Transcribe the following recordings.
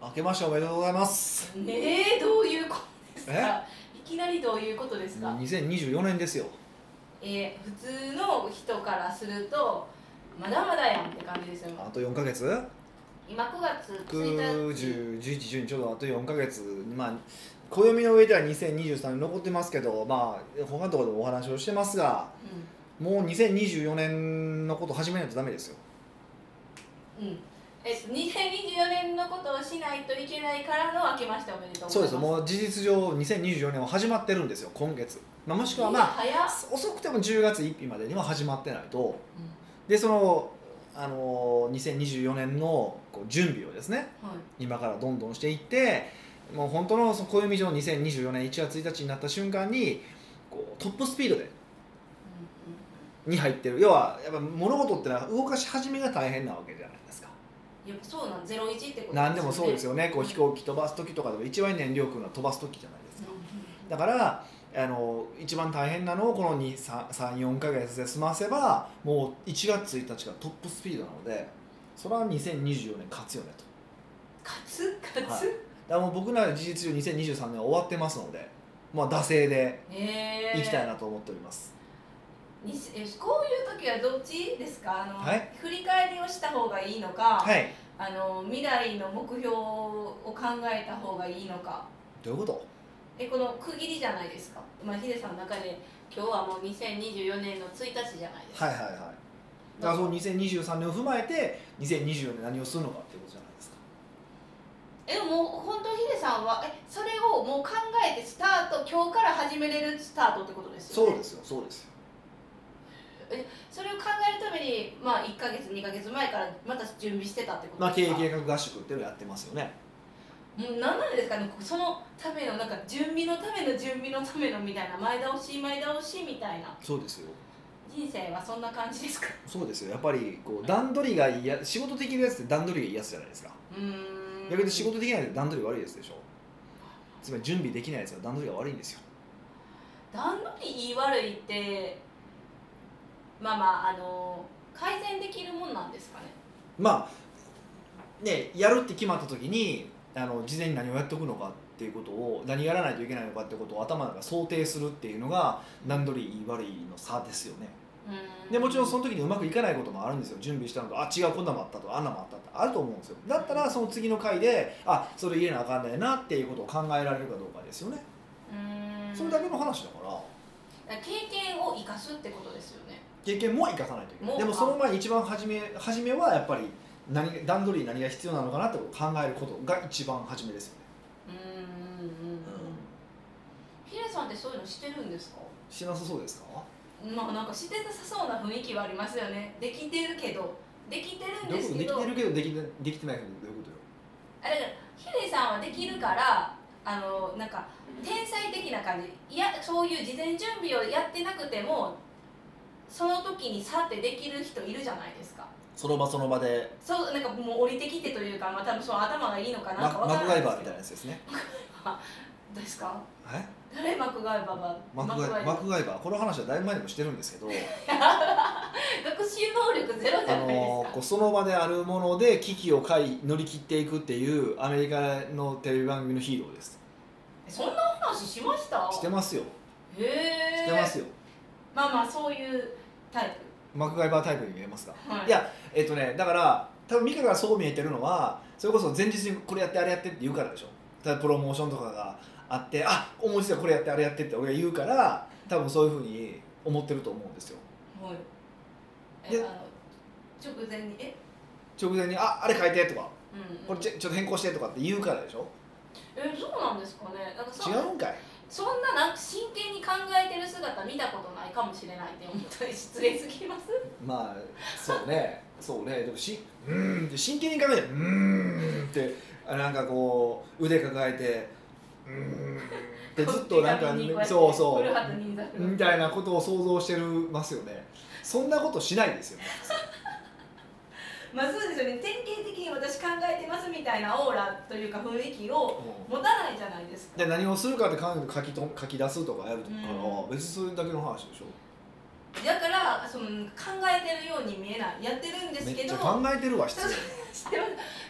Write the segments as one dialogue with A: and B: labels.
A: 明けましておめでとうございます
B: ねえどういうことですかいきなりどういうことですか、
A: 2024年ですよ
B: えー普通の人からするとまだまだやんって感じですよね
A: あと4ヶ月
B: 今9月1日
A: 9101112ちょうどあと4ヶ月まあ暦の上では2023年残ってますけどまあ他のところでもお話をしてますがもう2024年のこと始めないとダメですよ
B: うん、うんえっと、2024年のことをしないといけないからの明けましておめでとうございます
A: そうですもう事実上2024年は始まってるんですよ今月、まあ、もしくはまあ
B: いや早っ
A: 遅くても10月1日までには始まってないとでその、あのー2024年のこう準備をですね
B: うんはい
A: 今からどんどんしていってもう本当のその暦上2024年1月1日になった瞬間にこうトップスピードでに入ってる要はやっぱ物事ってのは動かし始めが大変なわけじゃないですか
B: うんうんやっぱそうなんゼロ一ってことですよね
A: 何でもそうですよねこう飛
B: うん
A: 行機飛ばす時とかでも一番燃料くんは飛ばす時じゃないですかだからあの一番大変なのをこの34か月で済ませばもう1月1日がトップスピードなのでそれは2024年勝つよねと
B: カツカツ、
A: はいだからもう僕らは事実上2023年は終わってますので、まあ、惰性で
B: ええ
A: いきたいなと思っております、
B: にえこういう時はどっちですかあの、
A: はい
B: 振り返りをした方がいいのか、
A: はい
B: あの未来の目標を考えた方がいいのか
A: どういうこと
B: えこの区切りじゃないですか、まあ、ヒデさんの中で今日はもう2024年の1日じゃないですか
A: はいはいはいだからその2023年を踏まえて2024年何をするのかっていうことじゃないですか
B: えでももう本当ヒデさんはえそれをもう考えてスタート今日から始めれるスタートってことですよ
A: そ
B: ね
A: うですよそうですよ
B: それを考えるために、まあ、1か月2か月前からまた準備してたってこと
A: まあ経
B: です
A: 営
B: か、
A: 計画合宿っていうのをやってますよね
B: もう何なんですかねそのためのなんか準備のための準備のためのみたいな前倒し前倒しみたいな
A: そうですよ
B: 人生はそんな感じですか
A: そうですよやっぱりこう段取りがいいや仕事的なやつって段取りがいいやつじゃないですか
B: うーん
A: 逆に仕事できないやつって段取り悪いやつでしょつまり準備できないやつは段取りが悪いんですよ
B: 段取りいい悪いってまあまああの改善できるもんなんですかね
A: まあねやるって決まった時にあの事前に何をやっておくのかっていうことを何やらないといけないのかってことを頭の中で想定するっていうのが段取りいい悪いの差ですよね
B: うー
A: でもちろんその時にうまくいかないこともあるんですよ準備したのとあ違うこんなんもあったとかあんなんもあったってあると思うんですよだったらその次の回であそれ入れなあかんねんなっていうことを考えられるかどうかですよね
B: うーん
A: それだけの話だから
B: だから経験を生かすってことですよね
A: 経験も生かさないといけない
B: もう
A: でもその前に一番初め初めはやっぱり何段取りに何が必要なのかなってことを考えることが一番初めですよね
B: うーんうんうんうんヒデさんってそういうのしてるんですか
A: しなさそうですか
B: まあなんかしてなさそうな雰囲気はありますよねできてるけどできてる
A: ど
B: ん
A: う
B: で
A: いうこ
B: す
A: と
B: け
A: でき
B: ど
A: てるけどできてできてないけどどういうことよ
B: あれだからヒデさんはできるからあのなんか天才的な感じいやそういう事前準備をやってなくてもその時にさってできる人いるじゃないですか
A: その場その場で
B: そうなんかもう降りてきてというか、まあ、多分その頭がいいのかな
A: マ
B: んかわ
A: マ
B: か
A: ク
B: らな
A: ガ
B: い
A: イバー
B: ですけ
A: み
B: ど
A: たいなやつですね
B: ですか
A: はい
B: 誰マクガイバーは
A: マクガイマクガイバーこの話はだいぶ前にもしてるんですけ ど
B: 学習能力ゼロじ
A: あ
B: ゃないです
A: の
B: か
A: こうその場であるもので危機を回避乗り切っていくっていうアメリカのテレビ番組のヒーローです
B: そんな話しました
A: してますよ
B: へえ
A: してますよ
B: まあまあそういうタイ
A: マクガイバータイプに見えますか
B: プ、はい
A: やえっとねだから多分美香がそう見えてるのはそれこそ前日にこれやってあれやってって言うからでしょ例えばプロモーションとかがあってあ思いついたこれやってあれやってって俺が言うから多分そういうふうに思ってると思うんですよ
B: はい。
A: で
B: え、あの直前にえ、
A: 直前に「ああれ変えて」とか
B: うん、うん
A: 「これちょちょっと変更して」とかって言うからでしょ
B: え、そうなんですかね。なんかそ
A: 違うんかい
B: そんななんか真剣に考えてる姿見たことないかもしれないって思ったり失礼すぎます。
A: まあそうねそうねでもし「うーん」って真剣に考えて「うーん」ってあなんかこう腕抱えて「うーん」ってずっとなんか、
B: 手紙にこやって
A: そうそう
B: 古畑任三郎
A: みたいなことを想像してるますよねそんなことしないですよね
B: まあそうですよね。典型的に私考えてますみたいなオーラというか雰囲気を持たないじゃないですか。
A: で何をするかって考えて書きと書き出すとかやるから、
B: う
A: 別にそれだけの話でしょ
B: だからその考えてるように見えない。やってるんです
A: め
B: け
A: っち
B: ど
A: ゃ。考えてるわ必要
B: 知ってます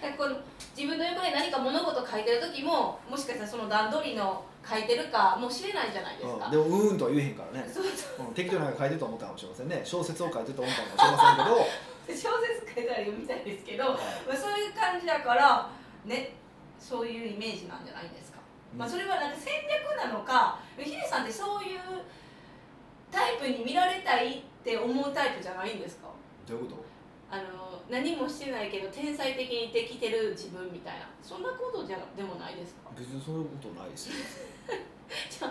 B: なんかこの自分の横で何か物事を書いてる時ももしかしたらその段取りの書いてるかもしれないじゃないです
A: う
B: か、
A: ん、でもうーんとは言えへんからね、
B: そうそう
A: うん、適当になんか書いてると思ったかもしれませんね小説を書いてると思ったかもしれませんけど
B: 小説書いたら読みたいですけど、まあ、そういう感じだからねそういうイメージなんじゃないですか、まあ、それはなんか戦略なのかヒデさんってそういうタイプに見られたいって思うタイプじゃないんですか
A: どういうこ
B: あの何もしてないけど天才的にできてる自分みたいなそんなことじゃでもないですか
A: と別にそういうことないですよ
B: 私の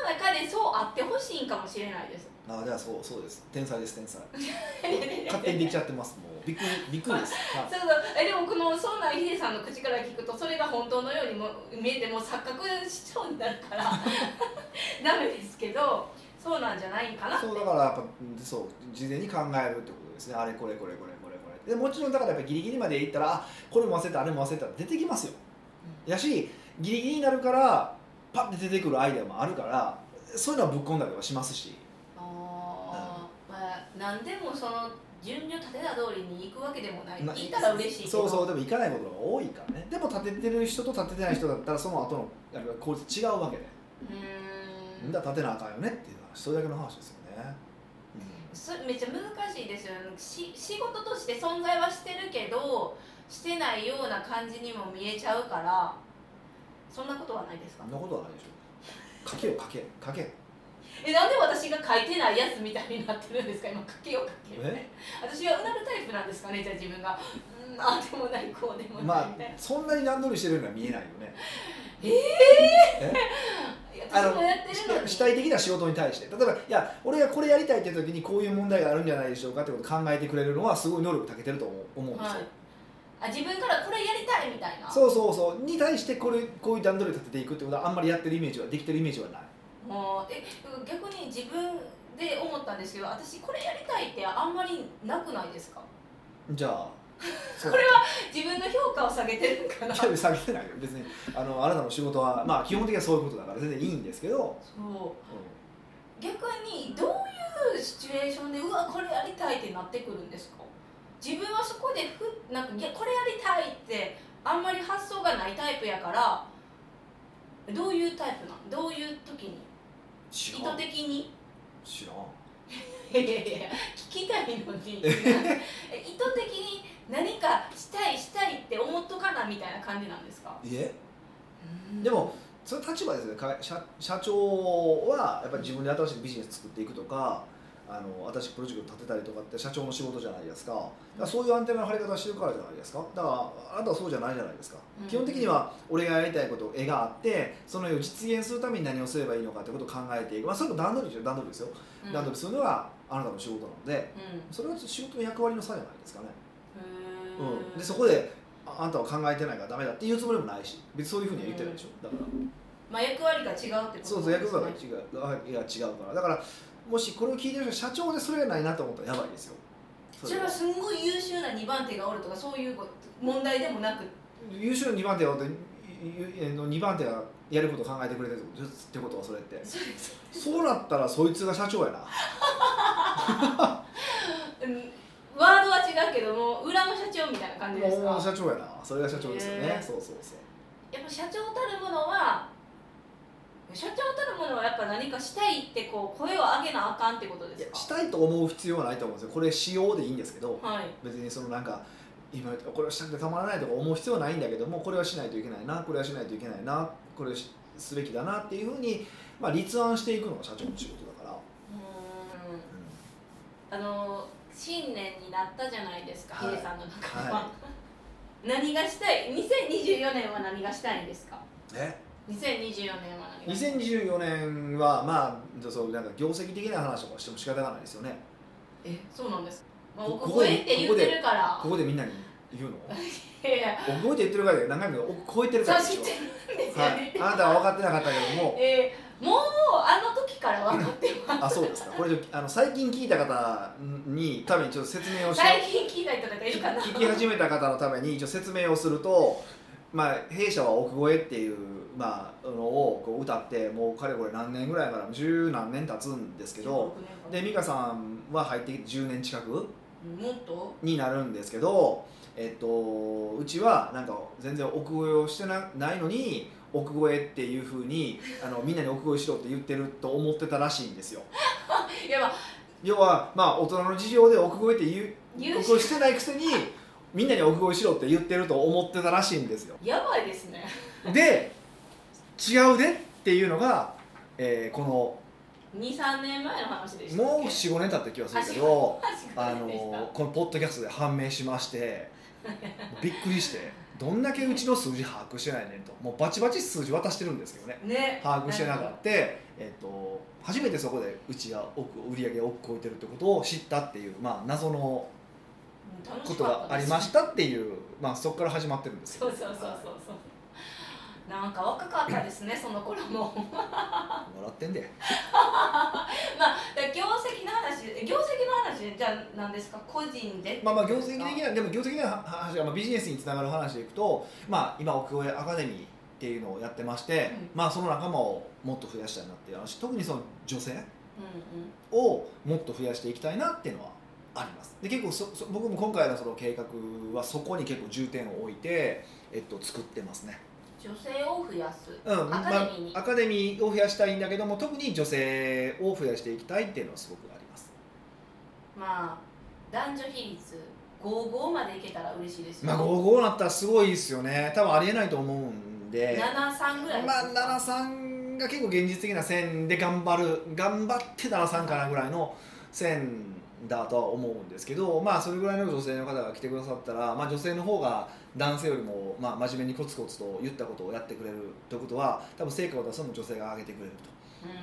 B: 中でそうあってほしいんかもしれないです
A: あじゃあそうそうです天才です天才
B: 勝
A: 勝手にできちゃってますもうびっくりびっくりです、はい
B: そうそうえでもこのそんなヒデさんの口から聞くとそれが本当のようにも見えてもう錯覚しそうになるから ダメですけどそうなんじゃないんかなって
A: そうだからやっぱうんそう事前に考えるってことですねあれこれこれこれこれこれでもちろんだからやっぱギリギリまでいったらあこれも忘れたあれも忘れた出てきますよやしギリギリになるからパッて出てくるアイデアもあるからそういうのはぶっ込んだりはしますし
B: あーまあ何でもその順序立てた通りに行くわけでもない
A: な
B: 行ったら嬉しいけど
A: そうそうでも行かないことが多いからねでも立ててる人と立ててない人だったらその後のやる効率違うわけで、
B: うーん
A: だから立てなあかんよねっていう話それだけの話ですよね、
B: そめっちゃ難しいですよねし仕事として存在はしてるけどしてないような感じにも見えちゃうからそんなことはないです
A: そ
B: か
A: んなことはないでしょ書けよ書け書け
B: えなんで私が書いてないやつみたいになってるんですか今書けを書けよ
A: え
B: 私がうなるタイプなんですかねじゃあ自分がうんあでもないこうでも
A: ま
B: ない
A: あ
B: みたいな、
A: そんなに段取りしてるようには見えないよね
B: いや
A: あの
B: 私もやってるのに
A: 主体的な仕事に対して例えばいや俺がこれやりたいって時にこういう問題があるんじゃないでしょうかってことを考えてくれるのはすごい能力たけてると思う思うんですよ、
B: はいあ自分からこれやりたいみたいな
A: そうそうそうに対してこれこういう段取り立てていくってことはあんまりやってるイメージはできてるイメージはない
B: もうえ逆に自分で思ったんですけど私これやりたいってあんまりなくないですか
A: じゃあそう
B: これは自分の評価を下げてるんかな
A: キャ
B: そう
A: ビ下げてないよ別にあのあなたの仕事はまあ基本的にはそういうことだから全然いいんですけど、
B: 逆にどういうシチュエーションでうわこれやりたいってなってくるんですか自分はそこでふなんかいやこれやりたいってあんまり発想がないタイプやからどういうタイプなんどういう時に
A: 知
B: 意図的に
A: 知らん
B: いやいやいや聞きたいのに 意図的に何かしたいしたいって思っとかなみたいな感じなんですか
A: いえでもそれ立場ですよねか社社長はやっぱり自分で新しいビジネス作っていくとかあの新しいプロジェクト立てたりとかって社長の仕事じゃないですかだからそういうアンテナの張り方してるからじゃないですかだからあなたはそうじゃないじゃないですか、
B: うん
A: 基本的には俺がやりたいこと絵があってその絵を実現するために何をすればいいのかってことを考えていく、まあ、それも段取りですよ段取りですよ、
B: うん
A: 段取りするのがあなたの仕事なので
B: うん
A: それは仕事の役割の差じゃないですかね、
B: うー
A: うん、でそこでああんたは考えてないからダメだって言うつもりもないし別にそういうふうには言ってないでしょだから
B: まあ、役割が違うってこと
A: そうそう役割が
B: が
A: 違うあいや違うからだからもしこれを聞いてる人社長でそれがないなと思ったらやばいですよそれ
B: それ
A: は
B: はすんごい優秀な2番手がおるとかそういう問題でもなく
A: 優秀の2番手は2番手がやることを考えてくれてるってことってことはそれって
B: そうです
A: そうなったらそいつが社長やな
B: うんワードは違うけども裏の社長みたいな感じですか
A: もう社長やなそれが社長ですよ
B: へ
A: ね
B: え
A: そうそうそう
B: やっぱ社長たるものは社長たるものはやっぱ何かしたいってこう声を上げなあかんってことで
A: いや
B: すか
A: したいと思う必要はないと思うんですよこれしようでいいんですけど
B: はい
A: 別にそのなんか今これをしたくてたまらないとか思う必要はないんだけどもこれはしないといけないなこれはしないといけないなこれをしすべきだなっていうふうに、まあ、立案していくのが社長の仕事だから、
B: うーんあの新年になったじゃないですか、
A: はい
B: ヒデさんの中では、
A: は
B: 何がしたい2024年は何がしたいんですか
A: い、ね
B: 2024年は何がしたい
A: 2024年はまあそうなんか業績的な話とかしても仕方がないですよね
B: えそうなんです、まあ、
A: こ
B: こ
A: ここ
B: こえって言ってるから
A: ここでみんなに言うの
B: いやいや
A: 覚えて言ってるからだけど何回もお超えてるから
B: そう
A: で
B: 知
A: しょ
B: ってるんですよ
A: はい
B: ね、、
A: あなたは分かってなかったけども
B: えーもうあの時から分かってま
A: あ
B: す
A: そうですかこれあの最近聞いた方にためにちょっと説明をし
B: 最近聞いた人とかいるかな
A: 聞き始めた方のために一応説明をすると、まあ、弊社は奥越えっていう、まあ、のをこう歌ってもうかれこれ何年ぐらいから十何年経つんですけどで美香さんは入って10年近く
B: もっと
A: になるんですけどえっと、うちはなんか全然奥越えをしてなないのに奥越えっていうふうにあのみんなに奥越えしろって言ってると思ってたらしいんですよ
B: いやまあ
A: 要はまあ大人の事情で奥越えって言う
B: 言う
A: 奥越えしてないくせにみんなに奥越えしろって言ってると思ってたらしいんですよ
B: やばいですね
A: で違うでっていうのが、えーこの
B: 23年前の話でしたっけ
A: もう45年経った気がするけ
B: あ
A: ど
B: 確か
A: あ
B: にでした
A: のこのポッドキャストで判明しま してびっくりしてどんだけうちの数字把握してないねんともうバチバチ数字渡してるんですけどね
B: ね
A: 把握してなかった、えっと初めてそこでうちが億売り上げを億超えてるってことを知ったっていう、まあ、謎の
B: うん楽
A: こ
B: し
A: と
B: か
A: が
B: った
A: あ
B: で
A: り
B: す
A: ましたっていう、まあ、そこから始まってるんですけ
B: そ
A: ど
B: うそうそうそうそうなんか若かったですねその頃もま
A: 笑ってんで
B: あだから業績の話業績の話じゃあ何ですか個人で
A: まあまあ業績的なでも業績的な話が、まあ、ビジネスにつながる話でいくと、まあ、今奥越えアカデミーっていうのをやってまして、
B: う
A: まあその仲間をもっと増やしたいなっていう話特にその女性
B: うんうん
A: をもっと増やしていきたいなっていうのはありますで結構そそ僕も今回のその計画はそこに結構重点を置いて、えっと、作ってますね、
B: 女性を増やす
A: うん
B: アカデミーに
A: まあ、アカデミーを増やしたいんだけども特に女性を増やしていきたいっていうのはすごくあります
B: まあ男女比率55までいけたら嬉しいですよ、
A: まあ55なったらすごいですよね多分ありえないと思うんで
B: 73ぐらいです
A: まあ、奈良さんが結構現実的な線で頑張る頑張って奈良さんかなぐらいの線だとは思うんですけど、まあ、それぐらいの女性の方が来てくださったら、まあ、女性の方が男性よりも、まあ、真面目にコツコツと言ったことをやってくれるということは多分成果を出すのも女性が上げてくれる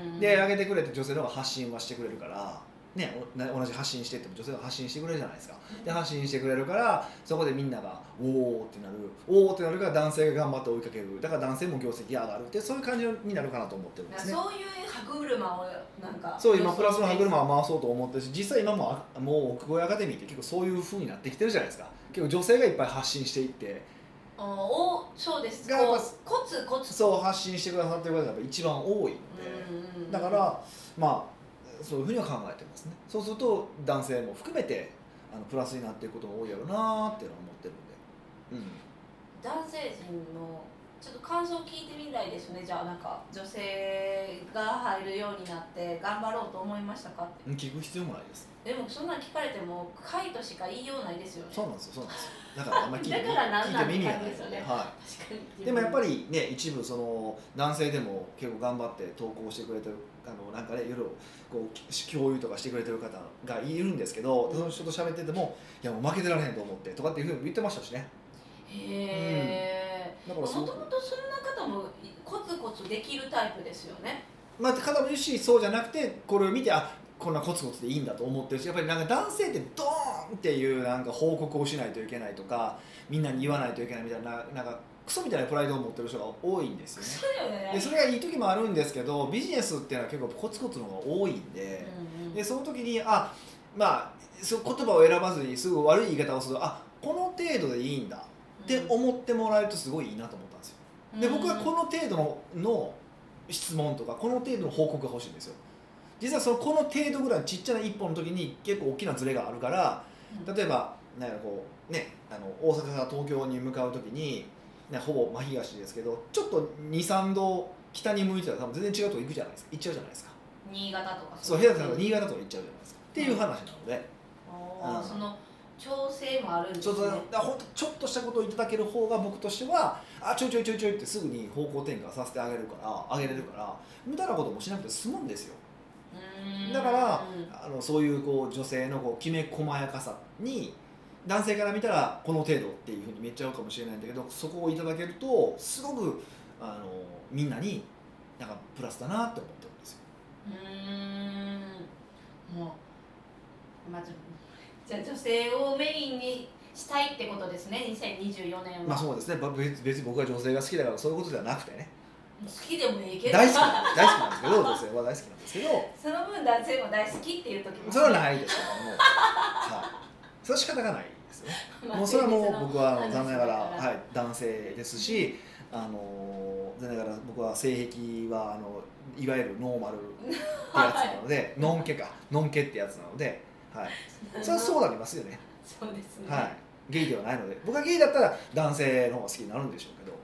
B: うん
A: とで上げてくれて女性の方が発信はしてくれるから、ね、おな同じ発信してっても女性が発信してくれるじゃないですかで発信してくれるからそこでみんながおおってなるおおってなるから男性が頑張って追いかけるだから男性も業績が上がるってそういう感じになるかなと思ってるん
B: だ
A: で
B: から
A: すね
B: そういう歯車をなんか
A: そう今プラスの歯車を回そうと思ってるし実際今もあもう奥越えアカデミーって結構そういう風になってきてるじゃないですか結構女性がいっぱい発信していって
B: おおそうです
A: が
B: こ
A: やっぱ
B: うコツコツ
A: そう発信してくださってる方がやっぱ一番多いので
B: うんうんうん
A: だからまあそういうふうには考えてますねそうすると男性も含めてあのプラスになっていくことが多いやろうなーっていうのは思ってるんでうん
B: 男性陣のちょっと感想を聞いてみたいですねじゃあなんか女性が入るようになって頑張ろうと思いましたかって
A: 聞く必要もないです
B: でもそんなん聞かれても「かい」としか言いようないですよね
A: そうなんですよそうなんですよだからあんまり聞いて
B: だからなん
A: 聞
B: なん
A: いて耳がない
B: って感じですよね
A: は
B: 確か
A: い、
B: に
A: でもやっぱりね一部その男性でも結構頑張って投稿してくれてるあのなんかね夜こう共有とかしてくれてる方がいるんですけど、その人と喋っててもいやもう負けてられへんと思ってとかっていうふうに言ってましたしね
B: へえ
A: だか
B: も
A: ら
B: と
A: そ
B: も
A: う
B: とそんな方もコツコツできるタイプですよね
A: まあ方もいるしそうじゃなくてこれを見てあこんなコツコツでいいんだと思ってるしやっぱりなんか男性ってドーンっていうなんか報告をしないといけないとかみんなに言わないといけないみたいななんかクソみたいなプライドを持ってる人が多いんですよね
B: そうだよね
A: でそれがいい時もあるんですけどビジネスっていうのは結構コツコツの方が多いんで,、
B: うんうん
A: でその時にあまあそう言葉を選ばずにすぐ悪い言い方をするとあこの程度でいいんだって思ってもらえるとすごいいいなと思ったんですよで僕はこの程度のの質問とかこの程度の報告が欲しいんですよ実はそのこの程度ぐらいのちっちゃな一歩の時に結構大きなズレがあるから
B: うん
A: 例えばなんやろこう、ね、あの大阪から東京に向かう時に、ね、ほぼ真東ですけどちょっと23度北に向いてたら多分全然違うとこ行くじゃないですか行っちゃうじゃないですか
B: 新潟とか
A: そう
B: い
A: 平田さんが新潟とか行っちゃうじゃないですかっていう話なので、
B: あー
A: うん
B: その調整もあるんです
A: ちょっ
B: ね
A: とだからほんとちょっとしたことをいただける方が僕としてはあちょいちょいちょいちょいってすぐに方向転換させてあげるからあげれるから無駄なこともしなくて済むんですよだからあのそういうこう女性のこうきめ細やかさに男性から見たらこの程度っていうふうにめっちゃ合うかもしれないんだけどそこをいただけるとすごくあのみんなになんかプラスだなって思ってるんですよ。
B: うーんもうまずじゃあ女性をメインにしたいってことですね2024年は、
A: まあそうですねば別別に僕は女性が好きだからそういうことではなくてね
B: 好きでもいいけど
A: 大好きなん大好きなんですけど女性は大好きなんですけど
B: その分男性も大好きっていう時も
A: それはないですからもう、はい、それは仕方がないですよね。
B: まあ
A: もうそれはもう僕は
B: あの
A: 残念ながら、
B: そう
A: はい、男性ですし、あのー残念ながら僕は性癖はあのいわゆるノーマルってやつなので、ノンケかノンケってやつなので、はい、それはそうなりますよね、
B: そうですね、
A: はい、ゲイではないので僕がゲイだったら男性の方が好きになるんでしょうけど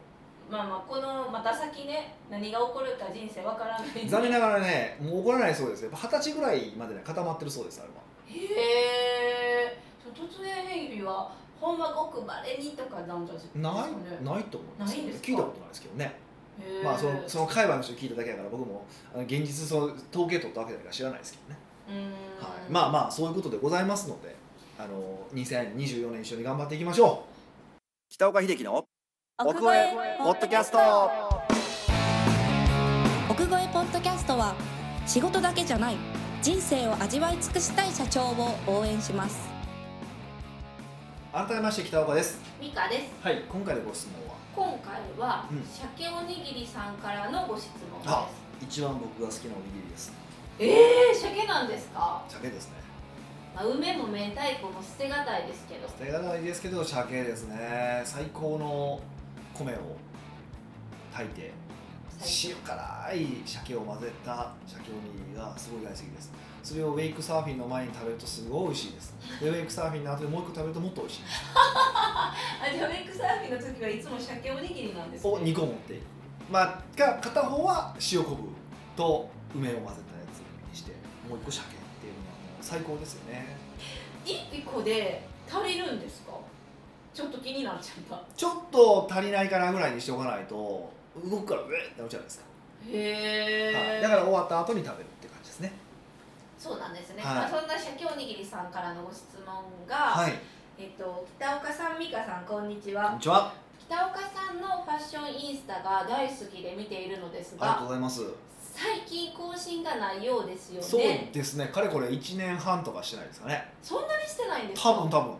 B: まあまあこのまた先ね何が起こるか人生わからない
A: 残念ながらねもう怒らないそうですよやっぱ二十歳ぐらいまでね固まってるそうですあれは
B: へえ突然変異はほんまごくまれにとかなんじゃないですか
A: ない
B: ね
A: ないと思いますけど
B: ないんですか
A: 聞いたことないですけどね、
B: へー
A: まあそのその界隈の人に聞いただけだから僕もあの現実その統計取ったわけだから知らないですけどね、
B: うーん
A: はい、まあまあそういうことでございますのであの2024年一緒に頑張っていきましょう北岡秀樹の奥越えポッドキャスト
C: 奥越えポッドキャストは仕事だけじゃない人生を味わい尽くしたい社長を応援します
A: 改めまして北岡です
B: ミカです
A: はい今回のご質問は
B: 今回は、
A: うん
B: 鮭おにぎりさんからのご質問です
A: あ一番僕が好きなおにぎりです
B: えー、鮭なんですか、
A: 鮭ですね
B: まあ、梅も明太子も捨てがたいですけど
A: 手がないですけど鮭ですね最高の米を炊いて
B: 最
A: 塩辛い鮭を混ぜた鮭おにぎりがすごい大好きですそれをウェイクサーフィンの前に食べるとすごい美味しいですでウェイクサーフィンの後でもう一個食べるともっと美味しいです
B: あじゃあウェイクサーフィンの時はいつも鮭おにぎりなんですね
A: を2個持っていくまあが片方は塩昆布と梅を混ぜたやつにしてもう一個鮭っていうのはもう最高ですよね
B: 1個で足りるんですかちょっと気になっちゃった
A: ちょっと足りないかなぐらいにしておかないと動くからうえってなっちゃうんですか、
B: へえ、
A: はい、だから終わった後に食べるって感じですね
B: そうなんですね、
A: はい
B: まあ、そんな鮭おにぎりさんからのご質問が、
A: はい
B: えっと、北岡さん美香さんこんにち
A: こん
B: は
A: にちは
B: 北岡さんのファッションインスタが大好きで見ているのです
A: ありがとう
B: が
A: ございます
B: 最近更新がないようですよ
A: そう
B: ね
A: ですねかれこれ1年半とかしてないですかね
B: そんなにしてないんですか
A: 多分多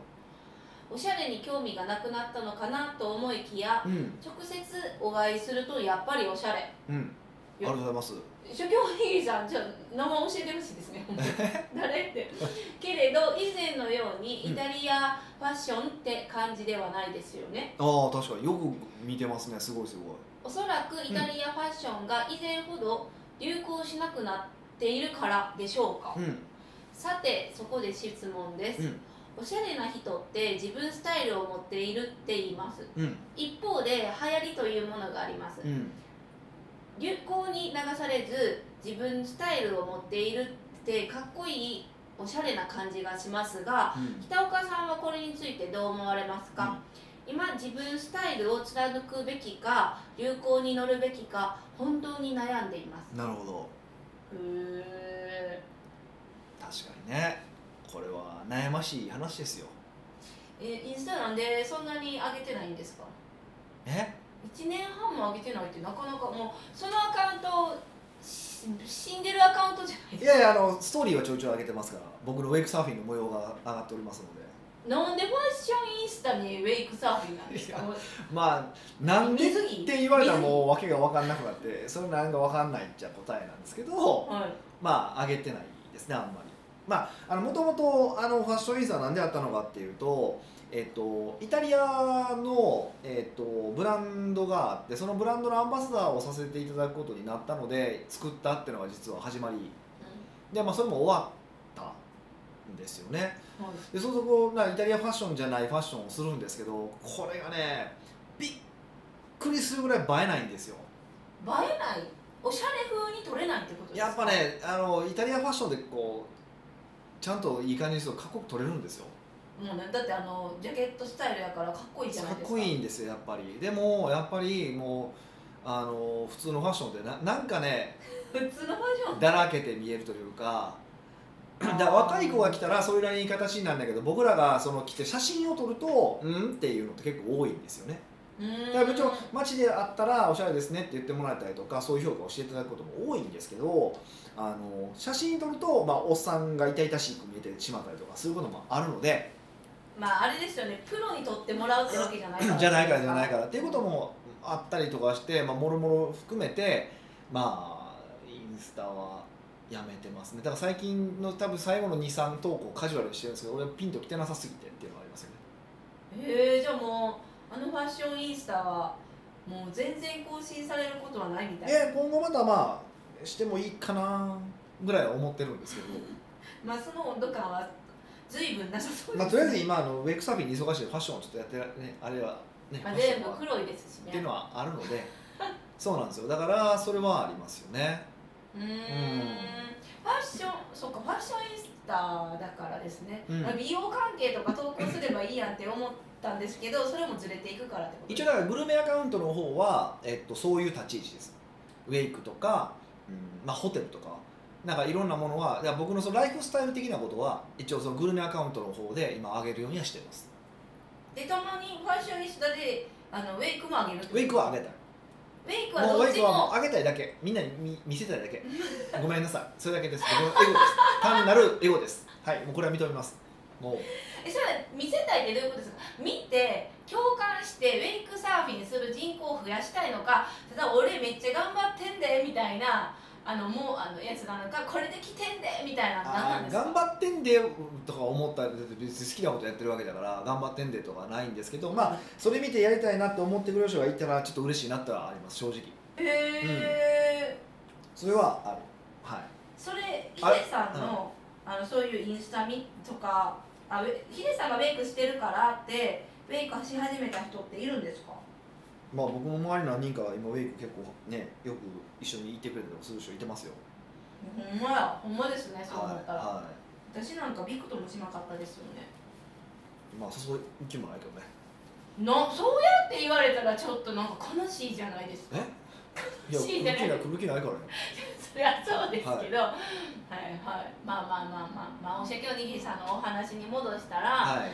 B: おしゃれに興味がなくなったのかなと思いきや
A: 分うん
B: 直接お会いするとやっぱりおしゃれ
A: うんありがとうございます
B: 諸教おにぎりさんちょっと名前教えてほしいです ね誰ってけれど以前のようにイタリアファッションって感じではないですよね、
A: ああ確かによく見てますねすごいすごい
B: おそらくイタリアファッションが以前ほど流行しなくなっているからでしょうか、
A: うん
B: さてそこで質問です、
A: うん
B: おしゃれな人って自分スタイルを持っているって言います
A: うん
B: 一方で流行りというものがあります、
A: うん
B: 流行に流されず自分スタイルを持っているってかっこいいおしゃれな感じがしますが
A: うん
B: 北岡さんはこれについてどう思われますか、今自分スタイルを貫くべきか流行に乗るべきか本当に悩んでいます
A: なるほど
B: へ
A: 確かにねこれは悩ましい話ですよ
B: ーえインスタなんでそんなに上げてないんですか
A: え
B: 1年半も上げてないってなかなかもうそのアカウントし死んでるアカウントじゃない
A: いやいやあのストーリーはちょいちょい上げてますから僕のウェイクサーフィンの模様が上がっておりますので
B: なんでファッションインスタにウェイクサーフィンなんですか
A: い や
B: もう
A: まあなんでっ
B: 水着
A: て言われたらもう訳が分かんなくなってそれなんか分かんないっちゃ答えなんですけど
B: はい
A: まあ上げてないですねあんまり。まあ、あのもともとあのファッションインスタは何であったのかっていうと、えっと、イタリアの、えっと、ブランドがあってそのブランドのアンバサダーをさせていただくことになったので作ったっていうのが実は始まりで、まあ、それも終わったんですよね。
B: うんはい
A: でそうするとこうなイタリアファッションじゃないファッションをするんですけどこれがねびっくりするぐらい映えないんですよ
B: 映えないおしゃれ風に撮れないってことですか
A: やっぱねあのイタリアファッションでこうちゃんといい感じにするとかっこよく撮れるんですよ
B: もうねだってあのジャケットスタイルやからかっこいいじゃな
A: か
B: い
A: っ
B: ですか
A: こいいんですよやっぱりでもやっぱりもうあの普通のファッションってななんかね
B: 普通のバージョン
A: だらけて見えるというかだから若い子が来たらそれなりに形になるんだけど僕らがその来て写真を撮るとうんっていうのって結構多いんですよね
B: うー
A: だ
B: ん
A: からもちろん街であったらおしゃれですねって言ってもらえたりとかそういう評価をしていただくことも多いんですけどあの写真撮ると、まあ、おっさんが痛々しく見えてしまったりとかすることもあるので
B: まああれですよねプロに撮ってもらうってわけじゃないから
A: じゃないからじゃないからっていうこともあったりとかして、まあ、もろもろ含めてまあインスタはやめてますねだから最近の多分最後の23投稿カジュアルにしてるんですけど俺はピンと来てなさすぎてっていうのがありますよね
B: へえじゃあもうあのファッションインスタはもう全然更新されることはないみたい
A: で
B: な
A: 今後またまあしてもいいかなぐらいは思ってるんですけど
B: まあその温度感は随分なさそうです、
A: まあ、とりあえず今あのウェイクサーフィンに忙しいファッションをちょっとやってらねあれはね、
B: まあ
A: ファッショ
B: 全
A: ン
B: 部
A: は
B: 黒いです
A: っ
B: し
A: ていう
B: ね
A: のはあるのでそうなんですよだからそれはありますよね
B: うーんファッションそうかファッションインスタだからですね、
A: うん
B: まあ美容関係とか投稿すればいいやんって思ったんですけどそれもずれていくからってこと
A: 一応だからグルメアカウントの方は、えっと、そういう立ち位置ですウェイクとか、うんまあ、ホテルとかなんかいろんなものはだから僕のそのライフスタイル的なことは一応そのグルメアカウントの方で今上げるようにはしてます
B: でたまにファッションインスタであのウェイクもあげるってこ
A: ウ
B: と
A: ェイクは上げたい
B: ウェイクは
A: もうウ
B: ど
A: ェ
B: っ
A: イ
B: ち
A: クはも
B: も
A: う上げたいだけみんなに見見せたいだけごめんなさいそれだけです僕のエゴです単なるエゴですはいもうこれは認めますもう
B: えそれは見せたいってどういうことですか見て共感してウェイクサーフィンする人口を増やしたいのかただ俺めっちゃ頑張ってんでみたいなあのもうあのやつなのかこれで来てんでみたいなの何なん
A: あ
B: で
A: ー
B: すか
A: 頑張ってんでとか思ったら別に好きなことやってるわけだから頑張ってんでとかないんですけどまあそれ見てやりたいなって思ってくれる人がいたらちょっと嬉しいなってのはあります正直
B: へえ、
A: それはあるはい
B: それヒ
A: あれ
B: デさんのあ、のそういうインスタ見とかあウェヒデさんがウェイクしてるからってウェイクし始めた人っているんですか
A: まあ僕の周りの何人かは今ウェイク結構ねよく一緒にいてくれたりもする人いてますよ
B: ほんまやほんまですねそう
A: はい
B: 思ったら、
A: は
B: 私なんかびくともしなかったですよね
A: いまあ誘う気もないけどね
B: なそうやって言われたらちょっとなんか悲しいじゃないですか
A: えいや来
B: しい
A: る気
B: じ
A: な
B: ゃ
A: い
B: ない
A: 来る気ないからね
B: そりゃそうですけど、はい、はいまあまあまあまあまあおしゃけおにぎりさんのお話に戻したら、
A: はい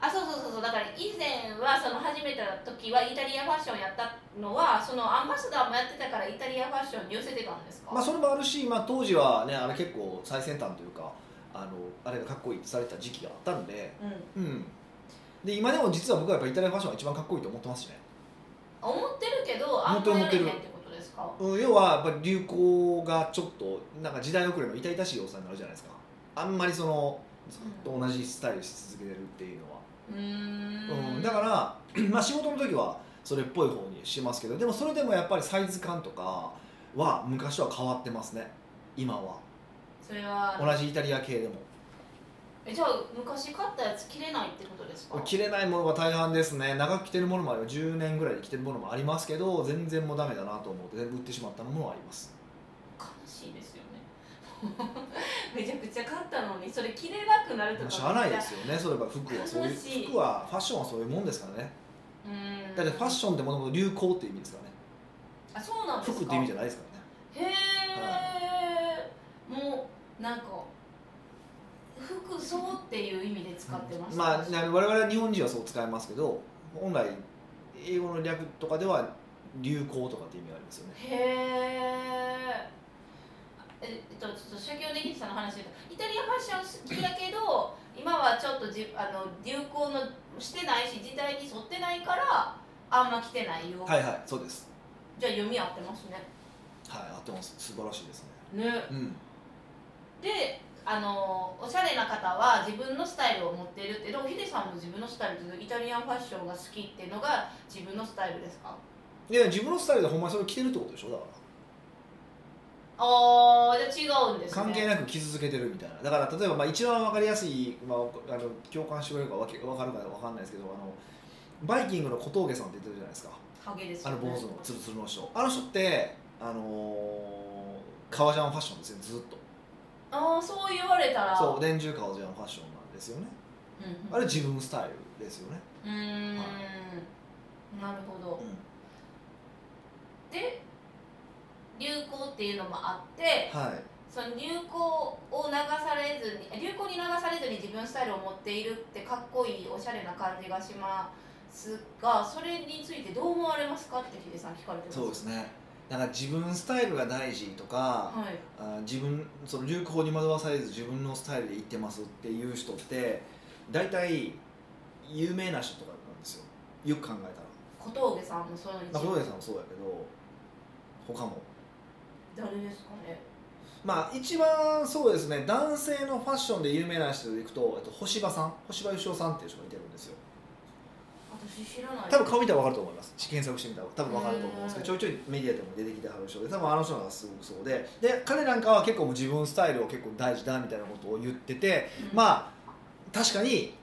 B: あそうそうそうそうだから以前はその始めた時はイタリアファッションやったのはそのアンバサダーもやってたからイタリアファッションに寄せてたんですか、
A: まあそれもあるし、まあ、当時はねあれ結構最先端というかあのあれがかっこいいってされてた時期があったんで
B: うん、
A: うん、で今でも実は僕はやっぱイタリアファッションが一番かっこいいと思ってますしね、
B: 思ってるけど
A: 思
B: あん
A: ってる
B: まやれへんってことですか
A: うん、要はやっぱり流行がちょっとなんか時代遅れの痛々しい要素になるじゃないですかあんまりそのずっと同じスタイルし続けてるっていうの
B: うーん
A: は、うん、だから まあ仕事の時はそれっぽい方にしてますけどでもそれでもやっぱりサイズ感とかは昔とは変わってますね今は
B: それは
A: 同じイタリア系でも
B: えじゃあ昔買ったやつ着れないってことですか
A: 着れないものが大半ですね長く着てるものもあれば10年ぐらいで着てるものもありますけど全然もうダメだなと思って全部売ってしまったのもあります
B: 悲しいですよね めちゃくちゃ買ったのにそれ着れなくなると
A: ま
B: か
A: あ、しゃあないですよねそれは服はそうい
B: 悲しいう
A: 服はファッションはそういうもんですからね
B: うーん
A: だってファッションってもともと流行っていう意味ですからね
B: あそうなんですか
A: 服っていう意味じゃないですからね
B: へえ、もうなんか服装っていう意味で使ってました、
A: まあな我々は日本人はそう使いますけど本来英語の略とかでは流行とかって意味がありますよね
B: へええっとちょっと先ほどできさんの話でイタリアファッション好きだけど今はちょっとじあの流行のしてないし時代に沿ってないからあんま着てないよ、
A: はいはいそうです
B: じゃあ読み合ってますね
A: はい合ってます素晴らしいですね
B: ね
A: うん
B: であのおしゃれな方は自分のスタイルを持っているってでもヒデさんも自分のスタイルってイタリアンファッションが好きっていうのが自分のスタイルですか
A: いや自分のスタイルでほんまにそれを着てるってことでしょだから
B: あーじゃあ違うんですね
A: 関係
B: い
A: なく着続けてるみたいなだから例えばまあ一番わかりやすい、まあ、あの共感してくれるかわけわかるかわかんないですけどあのバイキングの小峠さんって言ってるじゃないですか
B: ハゲです
A: あ
B: よ
A: の
B: ね
A: 坊主のツルツルの人あの人ってあのー、革ジャンファッションですねずっと
B: ああそう言われたら
A: そう年中革ジャンファッションなんですよね
B: うんうん
A: あれ自分スタイルですよね、
B: うーん
A: は
B: なるほどで流行っていうのもあって
A: はい
B: その流行を流されずに流行に流されずに自分スタイルを持っているってかっこいいおしゃれな感じがしますがそれについてどう思われますかってヒデさん聞かれてます
A: そうですねだから自分スタイルが大事とか、
B: はい
A: あー自分その流行に惑わされず自分のスタイルで行ってますっていう人って大体有名な人とかなんですよよく考えたら
B: 小峠さんもその一
A: まあ小
B: 部
A: 峠さんもそうやけど他も
B: 誰ですかね
A: まあ一番そうですね男性のファッションで有名な人でいくとえっと干場さん干場義雄さんっていう人がいてるんですよ
B: 私私知らない
A: 多分顔見たら分かると思います検索してみたら多分分かると思うんですけどち
B: う
A: ょいちょいメディアでも出てきてはる人で多分あの人がすごくそうでで彼なんかは結構もう自分スタイルを結構大事だみたいなことを言ってて
B: あ
A: まあ確かに、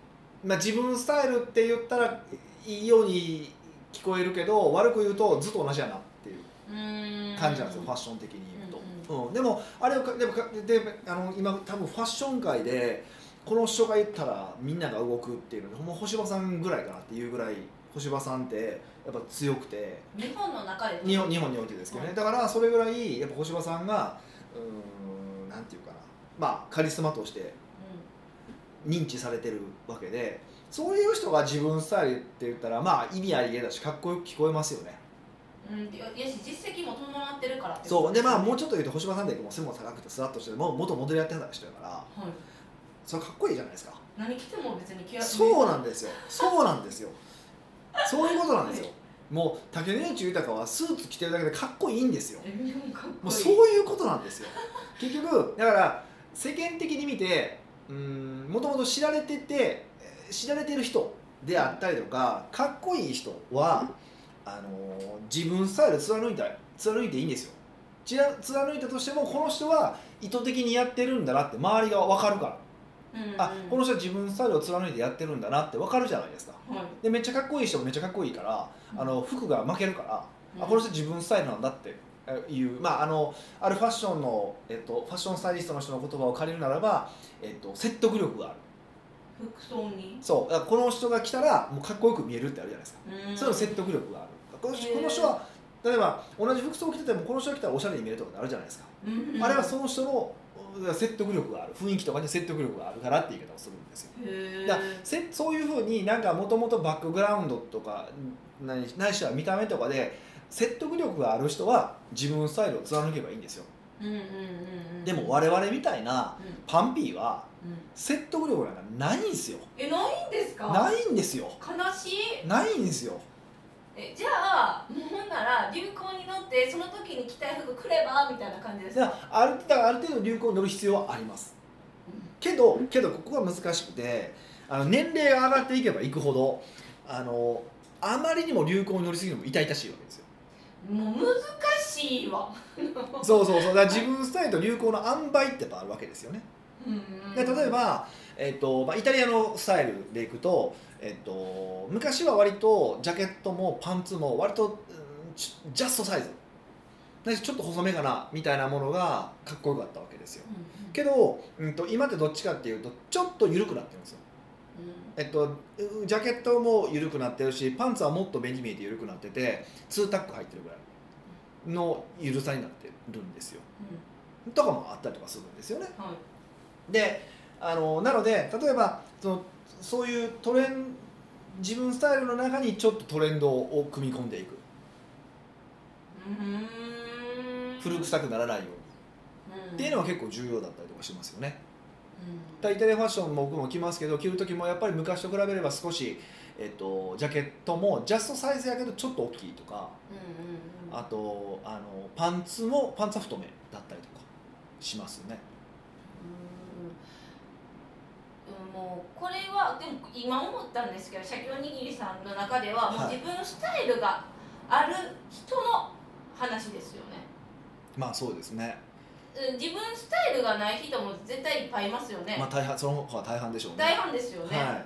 A: まあ、自分スタイルって言ったらいいように聞こえるけど悪く言うとずっと同じやなっていう感じなんですよ、ファッション的に言うと、うんでもあれをかでもかであの今多分ファッション界でこの人が言ったらみんなが動くっていうのでほんま星葉さんぐらいかなっていうぐらい星葉さんってやっぱ強くて
B: 日本の中で
A: 日本日本においてですけどね、
B: はい
A: だからそれぐらいやっぱ星葉さんがうーんなんていうかなまあカリスマとして認知されてるわけでそういう人が自分スタイルって言ったらまあ意味ありげだしかっこよく聞こえますよね
B: うん、うん、いやし実績も伴ってるからってこ
A: そ
B: と
A: うでまあもうちょっと言うと星葉さんってもう背も高くてスラッとしてもう元モデルやってた人だから
B: はい、
A: それかっこいいじゃないですか
B: 何着ても別に気が
A: そうなんです よそうなんですよそういうことなんですよもう竹野内豊はスーツ着てるだけでかっこいいんですよ
B: え日本かっこいい
A: もうそういうことなんですよ結局だから世間的に見てもともと知られててえー知られてる人であったりとかかっこいい人はあのー自分スタイル貫いた貫いていいんですよちら貫いたとしてもこの人は意図的にやってるんだなって周りが分かるから、
B: うんうん、
A: あこの人は自分スタイルを貫いてやってるんだなって分かるじゃないですか
B: はい
A: でめっちゃかっこいい人もめっちゃかっこいいからあの服が負けるから
B: うん
A: あこの人自分スタイルなんだってえいう、まあ、あのあるファッションの、えっと、ファッションスタイリストの人の言葉を借りるならば、えっと、説得力がある
B: 服装に
A: そうだからこの人が来たらもうかっこよく見えるってあるじゃないですか、
B: うん
A: それの説得力があるこの
B: へ
A: 人
B: ー
A: この人は例えば同じ服装を着ててもこの人が来たらおしゃれに見えるとかってあるじゃないですか、
B: うんうん
A: あれはその人のうん説得力がある雰囲気とかに説得力があるからって言い方をするんですよ
B: へえ
A: だからせそういうふうになんかもともとバックグラウンドとかないないしは見た目とかで説得力がある人は自分スタイルを貫けばいいんですよ
B: うんうんうんうん
A: でも我々みたいな
B: うん
A: パンピーは
B: うん
A: 説得力なんかないんですよ
B: えないんですか
A: ないんですよ
B: 悲しい
A: ないんですよ
B: えじゃあもうほんなら流行に乗ってその時に着たい服くればみたいな感じです
A: だ
B: か
A: からあるだからある程度流行に乗る必要はありますけどけどここが難しくてあの年齢が上がっていけばいくほどあのあまりにも流行に乗りすぎるのも痛々しいわけ ですよ
B: もう難しいわ、
A: そうそうそうだから自分スタイルと流行の塩梅ってやっぱあるわけですよね
B: うんうん
A: で例えば、えっとまあ、イタリアのスタイルでいくと、えっと、昔は割とジャケットもパンツも割と、うんちょジャストサイズだしちょっと細めかなみたいなものがかっこよかったわけですよ
B: うん
A: けど、うん、と今ってどっちかっていうとちょっと緩くなってるんですよえっと、うジャケットも緩くなってるしパンツはもっと目に見えて緩くなってて2タック入ってるぐらいの緩さになってるんですよとかもあったりとかするんですよね
B: うんはい
A: であのなので例えばそのそういうトレン自分スタイルの中にちょっとトレンドを組み込んでいく
B: うん
A: 古臭くならないように、
B: うん
A: っていうのは結構重要だったりとかしますよね
B: うん
A: だからイタリアファッションも僕も着ますけど着る時もやっぱり昔と比べれば少し、えっと、ジャケットもジャストサイズやけどちょっと大きいとか
B: うんうんうん
A: あとあのパンツもパンツは太めだったりとかしますよね
B: うんもうこれはでも今思ったんですけど社協にぎりさんの中ではもう
A: はい
B: 自分のスタイルがある人の話ですよね、
A: まあそうですね、
B: うん自分スタイルがない人も絶対いっぱいいますよね、
A: まあ大半その方が大半でしょうね
B: 大半ですよね、
A: はい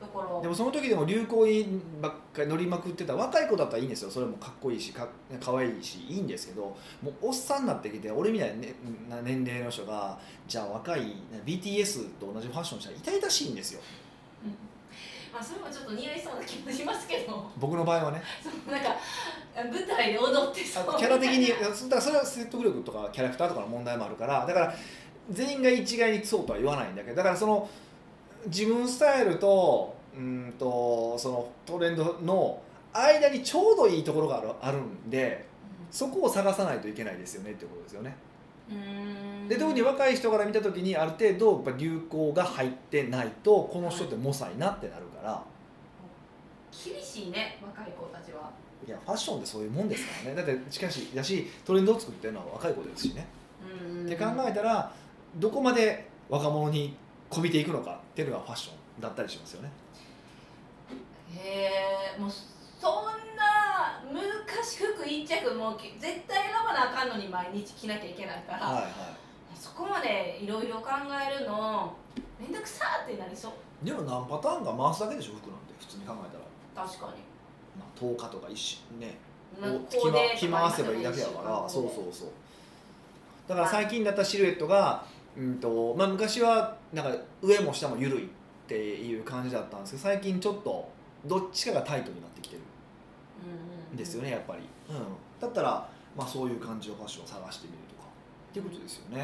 B: だから
A: でもその時でも流行にばっかり乗りまくってた若い子だったらいいんですよそれもかっこいいしか可愛いしいいんですけどもうおっさんになってきて俺みたいな,、ね、な年齢の人がじゃあ若い BTS と同じファッションしたら痛々しいんですよ
B: うんまあそれもちょっと似合いそうな気もしますけど
A: 僕の場合はね
B: そのなんか舞台で踊ってそ
A: あ
B: う
A: キャラ的にだからそれは説得力とかキャラクターとかの問題もあるからだから全員が一概にそうとは言わないんだけどだからその自分スタイルとうーんとそのトレンドの間にちょうどいいところがあるあるんでそこを探さないといけないですよねってことですよね。
B: うん
A: で特に若い人から見た時にある程度やっぱ流行が入ってないとこの人ってモサいなってなるから
B: 厳しいね若い子たちはい
A: やファッションってそういうもんですからねだってしかしだしトレンドを作ってるのは若い子ですしね。
B: うん
A: って考えたらどこまで若者にこびていくのかっていうのがファッションだったりしますよね。
B: へへえもうそんな難しい服一着もうき絶対選ばなあかんのに毎日着なきゃいけないから、
A: はいは
B: そこまでいろいろ考えるのめんどくさーってなりそう
A: いでも何パターンか回すだけでしょ服なんて普通に考えたら、
B: 確かに
A: まあ、10日とか一週ね
B: なん
A: こ
B: か
A: う着
B: コー
A: ま
B: デ
A: 着
B: とか
A: 回せばいいだけだからそうそうそうだから
B: はい
A: 最近だったシルエットが、うんとまあ、昔はなんか上も下も緩いっていう感じだったんですけど最近ちょっとどっちかがタイトになってきてる
B: うんうん
A: んですよねやっぱり、うん、だったら、まあ、そういう感じのファッションを探してみるとかっていうことですよね、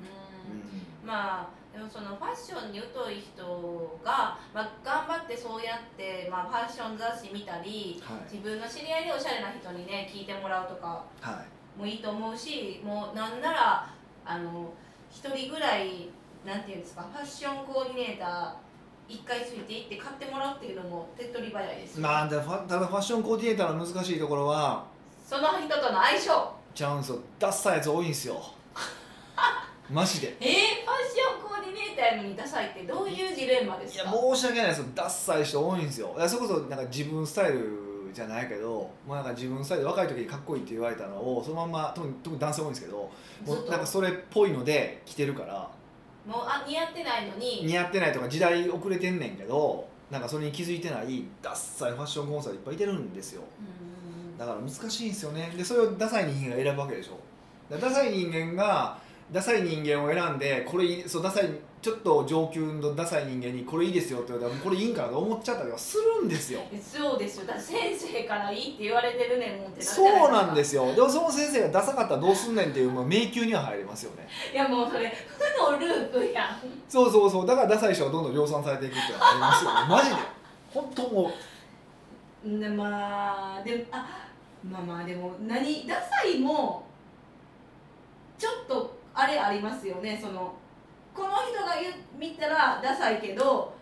B: うん
A: う
B: まあでもそのファッションに疎い人が、まあ、頑張ってそうやって、まあ、ファッション雑誌見た
A: ん、
B: り
A: はい
B: 自分の知り合いでおしゃれな人にね聞いてもらうとか
A: はい
B: もいいと思うしもうなんならあの一人ぐらいなんていうんですかファッションコーディネーター一回ついていって買ってもらうっていうのも手っ取り早いですよ、
A: まあだファただファッションコーディネーターの難しいところは
B: その人との相性
A: チャンスを出したやつ多いんです よマジで
B: えー、ファッションコーディネーターやのにダサいってどういうジレンマで
A: い
B: す
A: や
B: か
A: 申し訳ないですよダッサい人多いんですよいやそれこそなんか自分スタイルじゃないけど、まあ、なんか自分スタイル若い時にかっこいいって言われたのをそのまんま特に特に男性多いんですけども
B: ずっ
A: う
B: と
A: なんかそれっぽいので着てるから
B: もうあ似合ってないのに
A: 似合ってないとか時代遅れてんねんけどなんかそれに気づいてないダッサいファッションコンサートいっぱいいてるんですよ
B: うん
A: だから難しいんですよねでそれをダサい人間が選ぶわけでしょだからダサい人間がダサい人間を選んでこれいいそうダサいちょっと上級のダサい人間にこれいいですよって言われたらもうこれいいんかなと思っちゃったりはするんですよ
B: そうですよだから先生からいいって言われてるねんもんって
A: そうなんですすよでもその先生がダサかったらどうすんねんっていう、まあ、迷宮には入りますよね
B: いやもうそれ負のループやん
A: そうそうそうだからダサい人がどんどん量産されていくっていうのはありますよねマジで本当もう
B: でまあでもあまあまあでも何ダサいもちょっとあれありますよねそのこの人が言う見たらダサいけど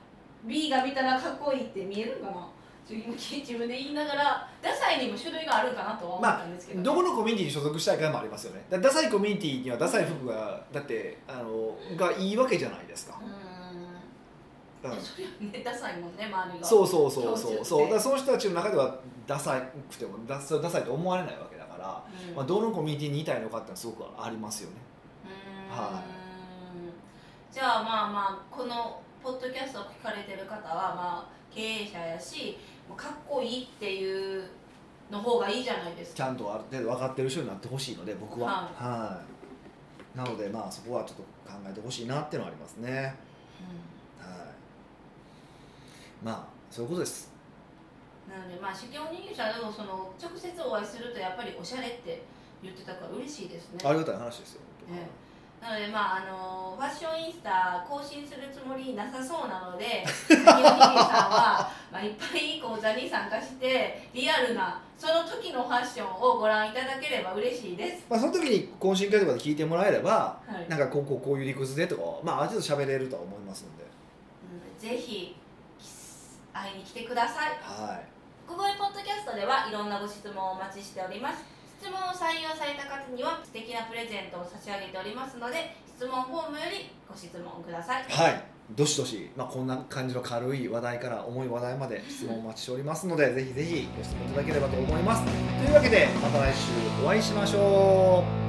B: B が見たらかっこいいって見えるんかな自分自分で言いながらダサいにも種類があるんかなとは思ったんですけど、
A: どこのコミュニティに所属したいかもありますよねだからダサいコミュニティにはダサい服がだってあのがいいわけじゃないですか、う
B: うーん
A: ん
B: それはねダサいもんね周りが
A: そうそうそうそ
B: 共
A: う
B: 通
A: そうだ
B: 点
A: からその人たちの中ではダサくてもダサダサいと思われないわけだから、
B: うん
A: まあ、どのコミュニティにいたいのかってのはすごくありますよね
B: うーん
A: は
B: じゃあまあまあこのポッドキャストを聞かれてる方はまあ経営者やしもうかっこいいっていうの方がいいじゃないです
A: ち
B: か
A: ゃんとある程度分かってる人になってほしいので僕は
B: は
A: はいなのでまあそこはちょっと考えてほしいなっていうのはありますねはいまあそういうことです
B: うんなのでまあ主教入社でもその直接お会いするとやっぱりおしゃれって言ってたから嬉しいですね
A: ありがたい話ですよ本当
B: えなのでまああのファッションインスタ更新するつもりなさそうなので竹内さんは、まあ、いっぱい講座に参加してリアルなその時のファッションをご覧いただければ嬉しいです。
A: まあ、その時に懇親会とかで聞いてもらえれば
B: はい
A: なんかこうこうこういう理屈でとかはまあある程度喋れるとは思いますので
B: うんぜひ会いに来てください。
A: はい
B: ここへポッドキャストではいろんなご質問をお待ちしております質問を採用された方には素敵なプレゼントを差し上げておりますので質問フォームよりご質問ください
A: はい、どしどし、まあ、こんな感じの軽い話題から重い話題まで質問お待ちしておりますので、ぜひぜひご質問いただければと思います。というわけで、また来週お会いしましょう。